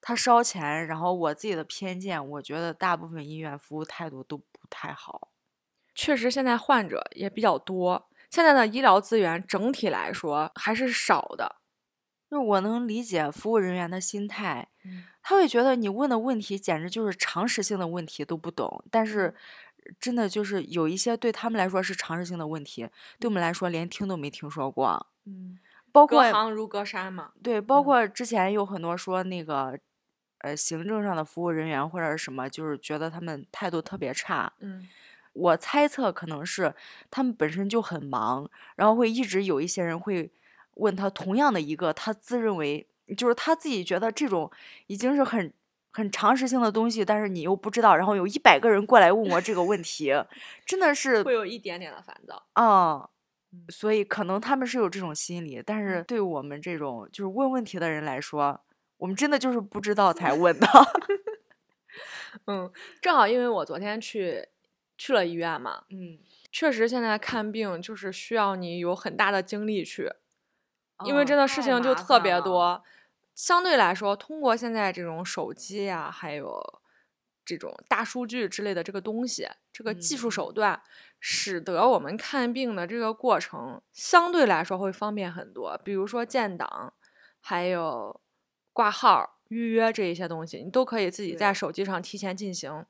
Speaker 2: 他烧钱，然后我自己的偏见，我觉得大部分医院服务态度都不太好。
Speaker 1: 确实，现在患者也比较多，现在的医疗资源整体来说还是少的。
Speaker 2: 就是我能理解服务人员的心态，
Speaker 1: 嗯
Speaker 2: 他会觉得你问的问题简直就是常识性的问题都不懂，但是真的就是有一些对他们来说是常识性的问题，对我们来说连听都没听说过。
Speaker 1: 嗯，
Speaker 2: 包括
Speaker 1: 隔行如隔山嘛。
Speaker 2: 对，包
Speaker 1: 嗯
Speaker 2: 括之前有很多说那个，呃，行政上的服务人员或者是什么，就是觉得他们态度特别差。
Speaker 1: 嗯，
Speaker 2: 我猜测可能是他们本身就很忙，然后会一直有一些人会问他同样的一个，他自认为就是他自己觉得这种已经是很很常识性的东西，但是你又不知道，然后有一百个人过来问我这个问题，真的是
Speaker 1: 会有一点点的烦躁。
Speaker 2: 啊、所以可能他们是有这种心理，但是对我们这种就是问问题的人来说，我们真的就是不知道才问的。
Speaker 1: 嗯，正好因为我昨天去去了医院嘛，
Speaker 2: 嗯，
Speaker 1: 确实现在看病就是需要你有很大的精力去，因
Speaker 2: 哦
Speaker 1: 为真的事情就特别多。相对来说，通过现在这种手机呀、还有这种大数据之类的这个东西，这个技术
Speaker 2: 嗯
Speaker 1: 手段，使得我们看病的这个过程相对来说会方便很多。比如说建档，还有挂号、预约这一些东西，你都可以自己在
Speaker 2: 对
Speaker 1: 手机上提前进行。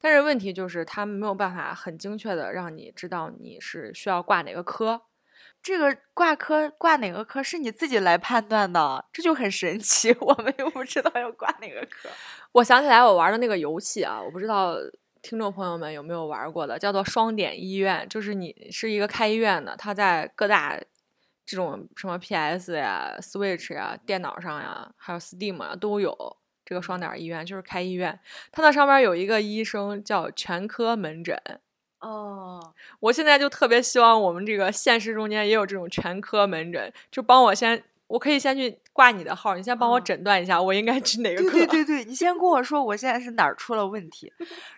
Speaker 1: 但是问题就是，他们没有办法很精确的让你知道你是需要挂哪个科。
Speaker 2: 这个挂科挂哪个科是你自己来判断的，这就很神奇。 我们又不知道要挂哪个科。
Speaker 1: 我想起来我玩的那个游戏啊，我不知道听众朋友们有没有玩过的，叫做双点医院，就是你是一个开医院的，它在各大这种什么 PS 呀、Switch 呀、电脑上呀，还有 Steam 啊都有。这个双点医院就是开医院，它那上面有一个医生叫全科门诊。
Speaker 2: 哦，
Speaker 1: 我现在就特别希望我们这个现实中间也有这种全科门诊，就帮我先，我可以先去挂你的号，你先帮我
Speaker 2: 嗯
Speaker 1: 诊断一下我应该去哪个
Speaker 2: 对
Speaker 1: 科。
Speaker 2: 对 对对，你先跟我说我现在是哪儿出了问题，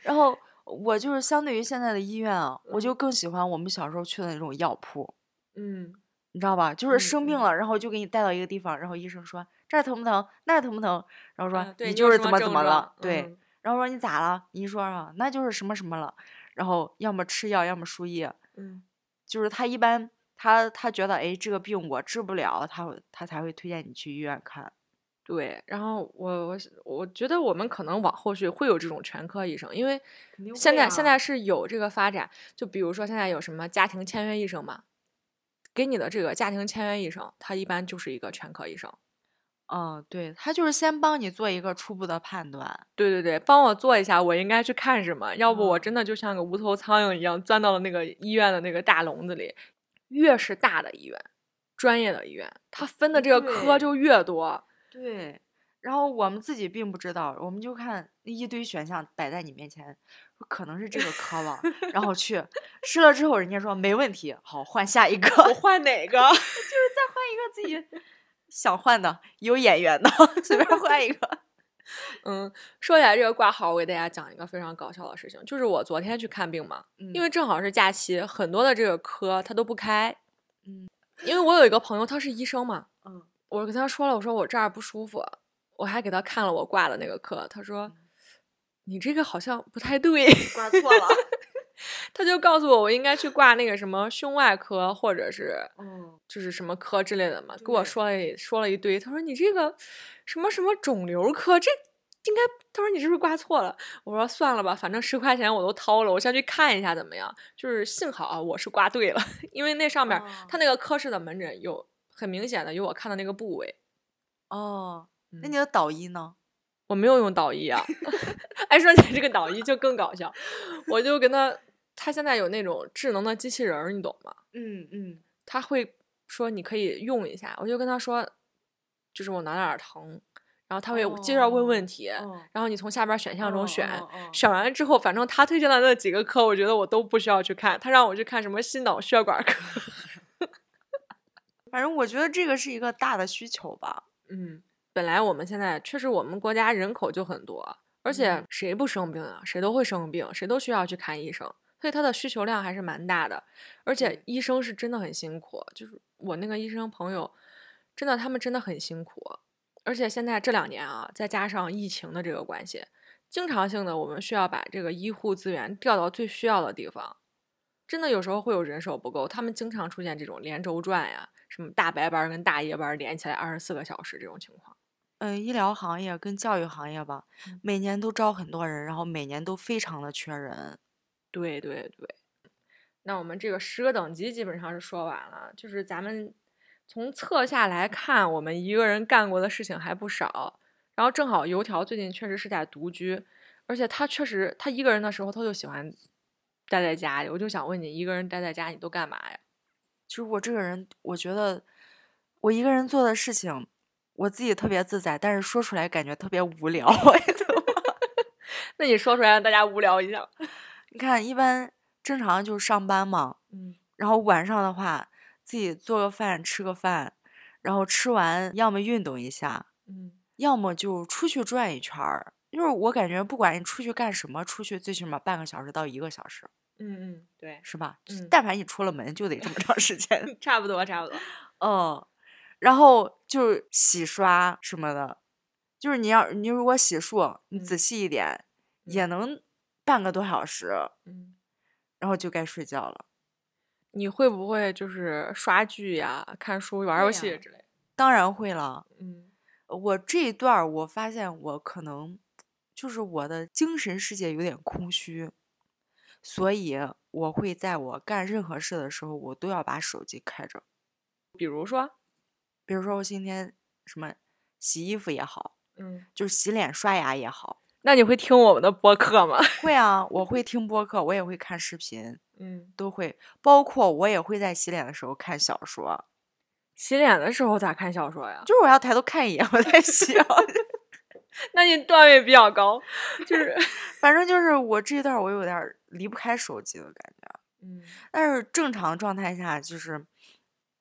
Speaker 2: 然后我就是相对于现在的医院啊，我就更喜欢我们小时候去的那种药铺。
Speaker 1: 嗯，
Speaker 2: 你知道吧？就是
Speaker 1: 嗯
Speaker 2: 生病
Speaker 1: 嗯
Speaker 2: 了，然后就给你带到一个地方，然后医生说这儿疼不疼，那儿疼不疼，然后说、
Speaker 1: 啊对
Speaker 2: 你
Speaker 1: 你
Speaker 2: 就
Speaker 1: 有
Speaker 2: 是
Speaker 1: 什
Speaker 2: 怎
Speaker 1: 么
Speaker 2: 么怎
Speaker 1: 症
Speaker 2: 么了
Speaker 1: 状，
Speaker 2: 对，
Speaker 1: 嗯
Speaker 2: 然后说你咋了？你一说啊，那就是什么什么了，然后要么吃药，要么输液，
Speaker 1: 嗯
Speaker 2: 就是他一般他他觉得哎这个病我治不了，他会他才会推荐你去医院看。
Speaker 1: 对，然后我我是我觉得我们可能往后续会有这种全科医生，因为
Speaker 2: 肯定
Speaker 1: 现
Speaker 2: 会
Speaker 1: 在、现
Speaker 2: 啊
Speaker 1: 在是有这个发展，就比如说现在有什么家庭签约医生嘛，给你的这个家庭签约医生，他一般就是一个全科医生。
Speaker 2: 嗯，对他就是先帮你做一个初步的判断。
Speaker 1: 对对对，帮我做一下，我应该去看什么？要不我
Speaker 2: 嗯
Speaker 1: 真的就像个无头苍蝇一样钻到了那个医院的那个大笼子里。越是大的医院，专业的医院，它分的这个科
Speaker 2: 对
Speaker 1: 就越多。
Speaker 2: 对，然后我们自己并不知道，我们就看那一堆选项摆在你面前，说可能是这个科吧，然 后去试了之后，人家说没问题，好换下一个，再
Speaker 1: 我
Speaker 2: 换
Speaker 1: 换哪 个？
Speaker 2: 一个自己想换的，有眼缘的， 随便换一个。
Speaker 1: 嗯，说起来这个挂号，我给大家讲一个非常搞笑的事情，就是我昨天去看病嘛，因为正好是假期，很多的这个科它都不开。
Speaker 2: 嗯，
Speaker 1: 因为我有一个朋友，他是医生嘛，
Speaker 2: 嗯
Speaker 1: 我跟他说了，我说我这儿不舒服，我还给他看了我挂的那个科，他说你这个好像不太对，
Speaker 2: 挂错了，
Speaker 1: 他就告诉我我应该去挂那个什么胸外科或者是
Speaker 2: 嗯，
Speaker 1: 就是什么科之类的嘛，跟我
Speaker 2: 对
Speaker 1: 说了一说了一堆。他说你这个什么什么肿瘤科，这应该，他说你是不是挂错了？我说算了吧，反正十块钱我都掏了，我先去看一下怎么样。就是幸好啊，我是挂对了， 因为那上面、
Speaker 2: 哦
Speaker 1: 他那个科室的门诊有很明显的有我看的那个部位，
Speaker 2: 哦，那
Speaker 1: 嗯
Speaker 2: 你的导医呢？
Speaker 1: 我没有用导医啊。 哎，说起来这个导医就更搞笑，我就跟他，他现在有那种智能的机器人儿，你懂吗？
Speaker 2: 嗯嗯，
Speaker 1: 他会说你可以用一下，我就跟他说，就是我哪哪儿疼，然后他会接着问问题，
Speaker 2: 哦
Speaker 1: 然后你从下边选项中选，
Speaker 2: 选
Speaker 1: 选完了之后，反正他推荐的那几个科，我觉得我都不需要去看，他让我去看什么心脑血管科，
Speaker 2: 反正我觉得这个是一个大的需求吧。
Speaker 1: 嗯，本来我们现在确实我们国家人口就很多，而且
Speaker 2: 嗯
Speaker 1: 谁不生病啊？谁都会生病，谁都需要去看医生，所以他的需求量还是蛮大的。而且
Speaker 2: 对
Speaker 1: 医生是真的很辛苦，就是我那个医生朋友，真的他们真的很辛苦。而且现在这两年啊，再加上疫情的这个关系，经常性的我们需要把这个医护资源调到最需要的地方。真的有时候会有人手不够，他们经常出现这种连轴转呀，什么大白班儿跟大夜班儿连起来二十四个小时这种情况。
Speaker 2: 嗯，医疗行业跟教育行业吧，每年都招很多人，然后每年都非常的缺人。
Speaker 1: 对对对，那我们这个十个等级基本上是说完了，就是咱们从侧下来看，我们一个人干过的事情还不少。然后正好油条最近确实是在独居，而且他确实他一个人的时候他就喜欢待在家里。我就想问你，一个人待在家你都干嘛呀？
Speaker 2: 其实我这个人，我觉得我一个人做的事情，我自己特别自在，但是说出来感觉特别无聊，
Speaker 1: 那你说出来让大家无聊一下。
Speaker 2: 你看，一般正常就是上班嘛，
Speaker 1: 嗯，
Speaker 2: 然后晚上的话自己做个饭吃个饭，然后吃完要么运动一下，
Speaker 1: 嗯，
Speaker 2: 要么就出去转一圈儿。就是我感觉，不管你出去干什么，出去最起码半个小时到一个小时，
Speaker 1: 嗯嗯，对，
Speaker 2: 是吧？
Speaker 1: 嗯
Speaker 2: 但凡你出了门，就得这么长时间。
Speaker 1: 差不多差不多。
Speaker 2: 嗯， 然后就是洗刷什么的，就是你要你如果洗漱，你仔
Speaker 1: 嗯
Speaker 2: 细一点，也
Speaker 1: 嗯
Speaker 2: 能半个多小时，
Speaker 1: 嗯，
Speaker 2: 然后就该睡觉了。
Speaker 1: 你会不会就是刷剧呀、看书、玩
Speaker 2: 会
Speaker 1: 游
Speaker 2: 呀
Speaker 1: 戏之类的？
Speaker 2: 当然会了，
Speaker 1: 嗯
Speaker 2: 我这一段儿我发现我可能就是我的精神世界有点空虚，所以我会在我干任何事的时候，我都要把手机开着。
Speaker 1: 比如说，
Speaker 2: 比如说我今天什么洗衣服也好，
Speaker 1: 嗯，
Speaker 2: 就是洗脸刷牙也好，
Speaker 1: 那你会听我们的播客吗？
Speaker 2: 会啊，我会听播客，我也会看视频，
Speaker 1: 嗯，
Speaker 2: 都会，包括我也会在洗脸的时候看小说，
Speaker 1: 洗脸的时候咋看小说呀？
Speaker 2: 就是我要抬头看一眼我在 洗啊，
Speaker 1: 那你段位比较高，就是，
Speaker 2: 反正就是我这一段儿我有点儿离不开手机的感觉，
Speaker 1: 嗯
Speaker 2: 但是正常状态下就是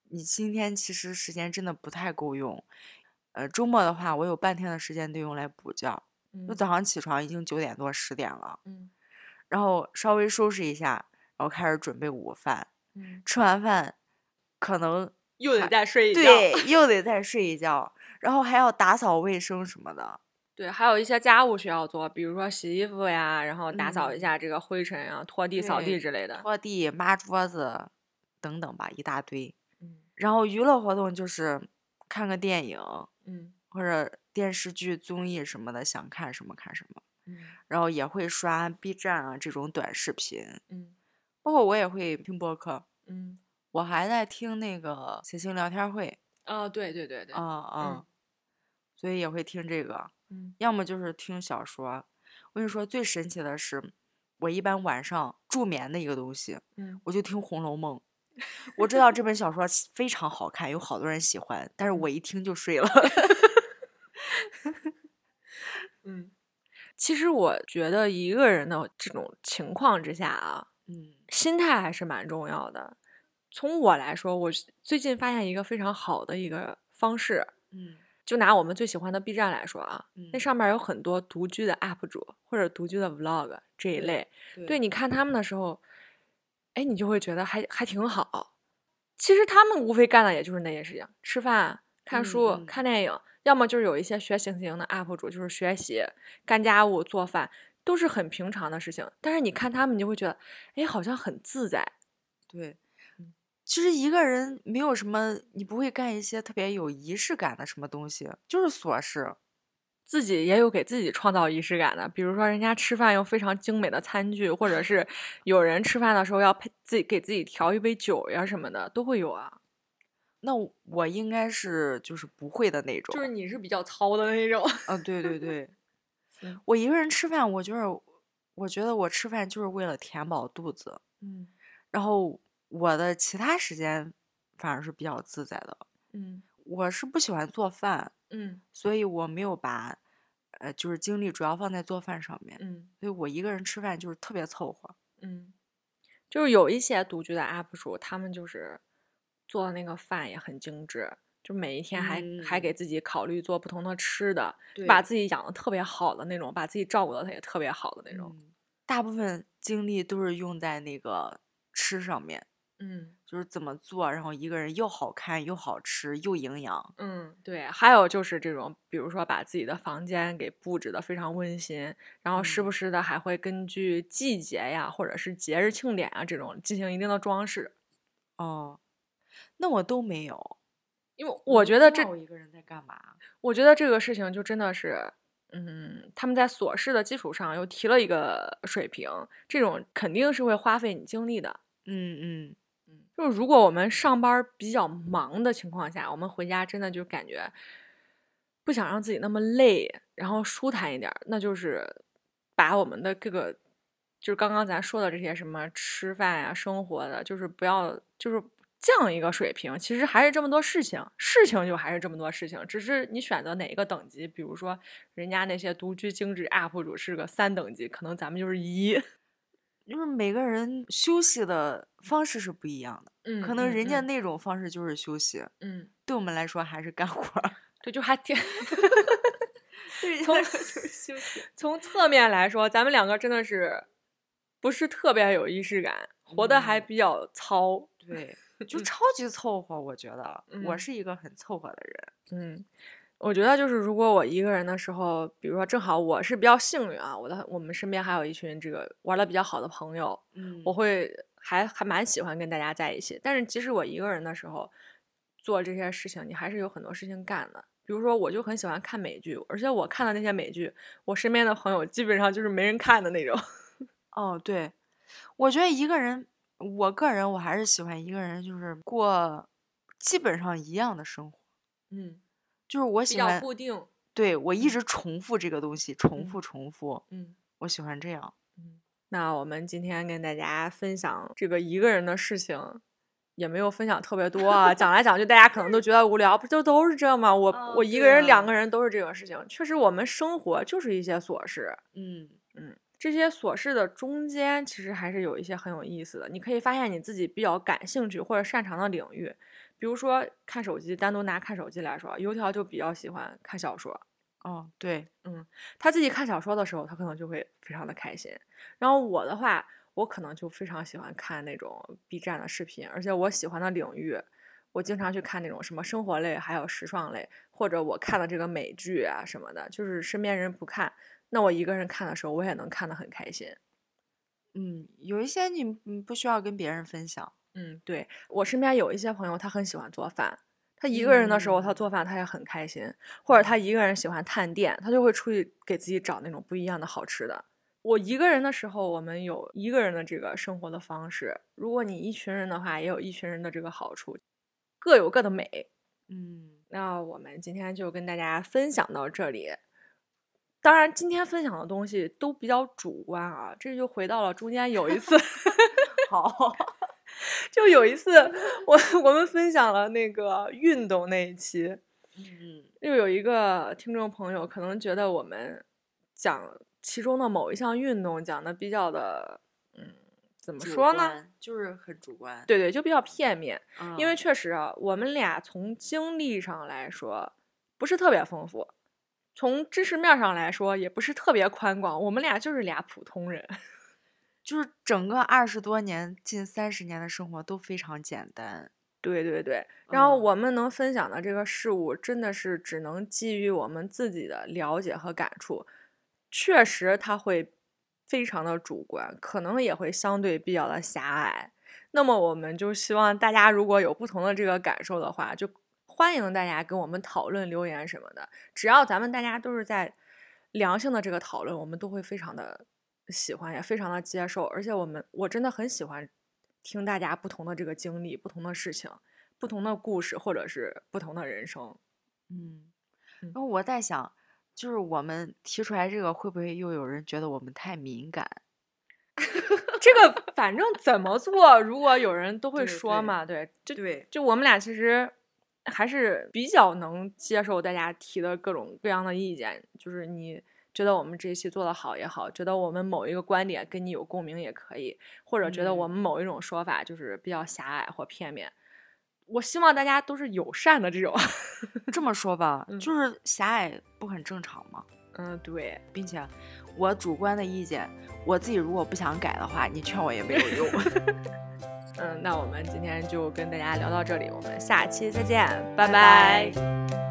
Speaker 2: 你今天其实时间真的不太够用，呃，周末的话我有半天的时间都用来补觉，就
Speaker 1: 嗯
Speaker 2: 早上起床已经九点多十点了，
Speaker 1: 嗯
Speaker 2: 然后稍微收拾一下，然后开始准备午饭，
Speaker 1: 嗯，
Speaker 2: 吃完饭可能。
Speaker 1: 又得再 睡一觉。
Speaker 2: 对，又得再睡一觉，然后还要打扫卫生什么的。
Speaker 1: 对，还有一些家务需要做，比如说洗衣服呀，然后打扫一
Speaker 2: 嗯
Speaker 1: 下这个灰尘啊，拖地、扫地
Speaker 2: 对
Speaker 1: 之类的。
Speaker 2: 拖地、抹桌子等等吧，一大堆。
Speaker 1: 嗯
Speaker 2: 然后娱乐活动就是看个电影
Speaker 1: 嗯
Speaker 2: 或者电视剧、综艺什么的，想看什么看什么。
Speaker 1: 嗯
Speaker 2: 然后也会刷 B 站啊这种短视频，
Speaker 1: 嗯
Speaker 2: 包括我也会听播客。
Speaker 1: 嗯，
Speaker 2: 我还在听那个谐星聊天会，
Speaker 1: 啊、对对对对，
Speaker 2: 啊啊、所以也会听这个。
Speaker 1: 嗯
Speaker 2: 要么就是听小说。我跟你说，最神奇的是，我一般晚上助眠的一个东西，
Speaker 1: 嗯
Speaker 2: 我就听《红楼梦》。我知道这本小说其非常好看，有好多人喜欢，但是我一听就睡了。
Speaker 1: 嗯。其实我觉得一个人的这种情况之下啊，
Speaker 2: 嗯
Speaker 1: 心态还是蛮重要的。从我来说，我是最近发现一个非常好的一个方式，
Speaker 2: 嗯
Speaker 1: 就拿我们最喜欢的 B 站来说啊，
Speaker 2: 嗯，
Speaker 1: 那上面有很多独居的 UP 主或者独居的 Vlog 这一
Speaker 2: 对
Speaker 1: 类，
Speaker 2: 对
Speaker 1: 对，你看他们的时候，哎，你就会觉得还还挺好。其实他们无非干的也就是那些事情：吃饭、看
Speaker 2: 嗯
Speaker 1: 书、
Speaker 2: 嗯
Speaker 1: 看电影，要么就是有一些学行型的 UP 主，就是学习、干家务、做饭，都是很平常的事情。但是你看他们，你就会觉得，哎，好像很自在。嗯
Speaker 2: 对。其实一个人没有什么，你不会干一些特别有仪式感的什么东西，就是琐事。
Speaker 1: 自己也有给自己创造仪式感的，比如说人家吃饭用非常精美的餐具，或者是有人吃饭的时候要配自己给自己调一杯酒呀什么的，都会有啊。
Speaker 2: 那我我应该是就是不会的那种，
Speaker 1: 就是你是比较糙的那种，
Speaker 2: 啊，对对对
Speaker 1: 嗯，
Speaker 2: 我一个人吃饭，我就是，我觉得我吃饭就是为了填饱肚子，
Speaker 1: 嗯
Speaker 2: 然后我的其他时间反而是比较自在的。
Speaker 1: 嗯
Speaker 2: 我是不喜欢做饭，
Speaker 1: 嗯
Speaker 2: 所以我没有把，呃，就是精力主要放在做饭上面，
Speaker 1: 嗯
Speaker 2: 所以我一个人吃饭就是特别凑合。
Speaker 1: 嗯，就是有一些独居的 UP 主，他们就是做的那个饭也很精致，就每一天还、还给自己考虑做不同的吃的，把
Speaker 2: 对
Speaker 1: 自己养的特别好的那种，把自己照顾的也特别好的那种。
Speaker 2: 嗯，大部分精力都是用在那个吃上面，
Speaker 1: 嗯
Speaker 2: 就是怎么做，然后一个人又好看又好吃又营养。
Speaker 1: 嗯，对。还有就是这种，比如说把自己的房间给布置的非常温馨，然后时不
Speaker 2: 嗯
Speaker 1: 时的还会根据季节呀，或者是节日庆典啊这种进行一定的装饰。
Speaker 2: 哦，那我都没有。
Speaker 1: 因为
Speaker 2: 我
Speaker 1: 我
Speaker 2: 不
Speaker 1: 觉
Speaker 2: 知
Speaker 1: 得这
Speaker 2: 哦道我一个人在干嘛？
Speaker 1: 我觉得这个事情就真的是，嗯，他们在琐事的基础上又提了一个水平，这种肯定是会花费你精力的。
Speaker 2: 嗯嗯
Speaker 1: 就是如果我们上班儿比较忙的情况下，我们回家真的就感觉不想让自己那么累，然后舒坦一点儿，那就是把我们的各个，就是刚刚咱说的这些什么吃饭呀、生活的，就是不要，就是降一个水平，其实还是这么多事情，事情就还是这么多事情，只是你选择哪一个等级。比如说，人家那些独居精致 UP 主是个三等级，可能咱们就是一。
Speaker 2: 就是每个人休息的方式是不一样的，
Speaker 1: 嗯
Speaker 2: 可能人家那种方式就是休息，
Speaker 1: 嗯，嗯
Speaker 2: 对我们来说还是干活儿。
Speaker 1: 对，就还挺
Speaker 2: 对
Speaker 1: 从
Speaker 2: 就是休 息。
Speaker 1: 从侧面来说，咱们两个真的是不是特别有仪式感，活得还
Speaker 2: 嗯
Speaker 1: 比较糙。
Speaker 2: 对，就
Speaker 1: 嗯
Speaker 2: 超级凑合，我觉得、我
Speaker 1: 嗯
Speaker 2: 是一个很凑合的人。
Speaker 1: 嗯，我觉得就是如果我一个人的时候，比如说正好我是比较幸运啊，我的我们身边还有一群这个玩的比较好的朋友，
Speaker 2: 嗯
Speaker 1: 我会还还蛮喜欢跟大家在一起。但是即使我一个人的时候做这些事情，你还是有很多事情干的。比如说，我就很喜欢看美剧，而且我看的那些美剧，我身边的朋友基本上就是没人看的那种。
Speaker 2: 哦，对，我觉得一个人，我个人我还是喜欢一个人，就是过基本上一样的生活，
Speaker 1: 嗯，
Speaker 2: 就是我喜欢，
Speaker 1: 定。
Speaker 2: 对我一
Speaker 1: 嗯
Speaker 2: 直重复这个东西，重
Speaker 1: 嗯
Speaker 2: 复重复，
Speaker 1: 嗯
Speaker 2: 我喜欢这样。
Speaker 1: 嗯。那我们今天跟大家分享这个一个人的事情，也没有分享特别多啊。讲来讲去，大家可能都觉得无聊，不就都是这吗？我、
Speaker 2: 哦
Speaker 1: 我一
Speaker 2: 对
Speaker 1: 个人、两
Speaker 2: 啊
Speaker 1: 个人都是这个事情。确实，我们生活就是一些琐事。
Speaker 2: 嗯，
Speaker 1: 这些琐事的中间，其实还是有一些很有意思的。你可以发现你自己比较感兴趣或者擅长的领域，比如说看手机，单独拿看手机来说，油条就比较喜欢看小说。
Speaker 2: 哦，对，
Speaker 1: 嗯他自己看小说的时候，他可能就会非常的开心。然后我的话，我可能就非常喜欢看那种 B 站的视频，而且我喜欢的领域，我经常去看那种什么生活类，还有时尚类，或者我看的这个美剧啊什么的，就是身边人不看，那我一个人看的时候，我也能看得很开心。
Speaker 2: 嗯，有一些你嗯不需要跟别人分享。
Speaker 1: 嗯，对，我身边有一些朋友，他很喜欢做饭。他一个人的时候，他
Speaker 2: 嗯
Speaker 1: 做饭他也很开心，或者他一个人喜欢探店，他就会出去给自己找那种不一样的好吃的。我一个人的时候，我们有一个人的这个生活的方式；如果你一群人的话，也有一群人的这个好处，各有各的美。
Speaker 2: 嗯，
Speaker 1: 那我们今天就跟大家分享到这里。当然，今天分享的东西都比较主观啊，这就回到了中间有一次
Speaker 2: 好，
Speaker 1: 就有一次，我 我们分享了那个运动那一期，
Speaker 2: 嗯
Speaker 1: 又有一个听众朋友可能觉得我们讲其中的某一项运动讲的比较的，嗯，怎么
Speaker 2: 怎
Speaker 1: 说呢？？
Speaker 2: 就是很主观。
Speaker 1: 对对，就比较片面，
Speaker 2: 嗯，
Speaker 1: 因为确实啊，我们俩从经历上来说不是特别丰富，从知识面上来说也不是特别宽广，我们俩就是俩普通人。
Speaker 2: 就是整个二十多年、近三十年的生活都非常简单。
Speaker 1: 对对对，然后
Speaker 2: 嗯
Speaker 1: 我们能分享的这个事物，真的是只能基于我们自己的了解和感触。确实，它会非常的主观，可能也会相对比较的狭隘。那么，我们就希望大家如果有不同的这个感受的话，就欢迎大家跟我们讨论、留言什么的。只要咱们大家都是在良性的这个讨论，我们都会非常的喜欢，也非常的接受。而且，我们我真的很喜欢听大家不同的这个经历、不同的事情。不同的故事，或者是不同的人生。
Speaker 2: 嗯，
Speaker 1: 嗯
Speaker 2: 然后我在想，就是我们提出来这个，会不会又有人觉得我们太敏感？
Speaker 1: 这个反正怎么做，如果有人都会
Speaker 2: 对
Speaker 1: 说
Speaker 2: 对
Speaker 1: 嘛，对，就
Speaker 2: 对，
Speaker 1: 就我们俩其实还是比较能接受大家提的各种各样的意见，就是你。觉得我们这一期做的好也好，觉得我们某一个观点跟你有共鸣也可以，或者觉得我
Speaker 2: 嗯
Speaker 1: 们某一种说法就是比较狭隘或片面。我希望大家都是友善的这种。
Speaker 2: 这么说吧，
Speaker 1: 嗯
Speaker 2: 就是狭隘不很正常吗？
Speaker 1: 嗯，对。
Speaker 2: 并且，我主观的意见，我自己如果不想改的话，你劝我也没有用。
Speaker 1: 嗯，那我们今天就跟大家聊到这里，我们下期再见，拜
Speaker 2: 拜拜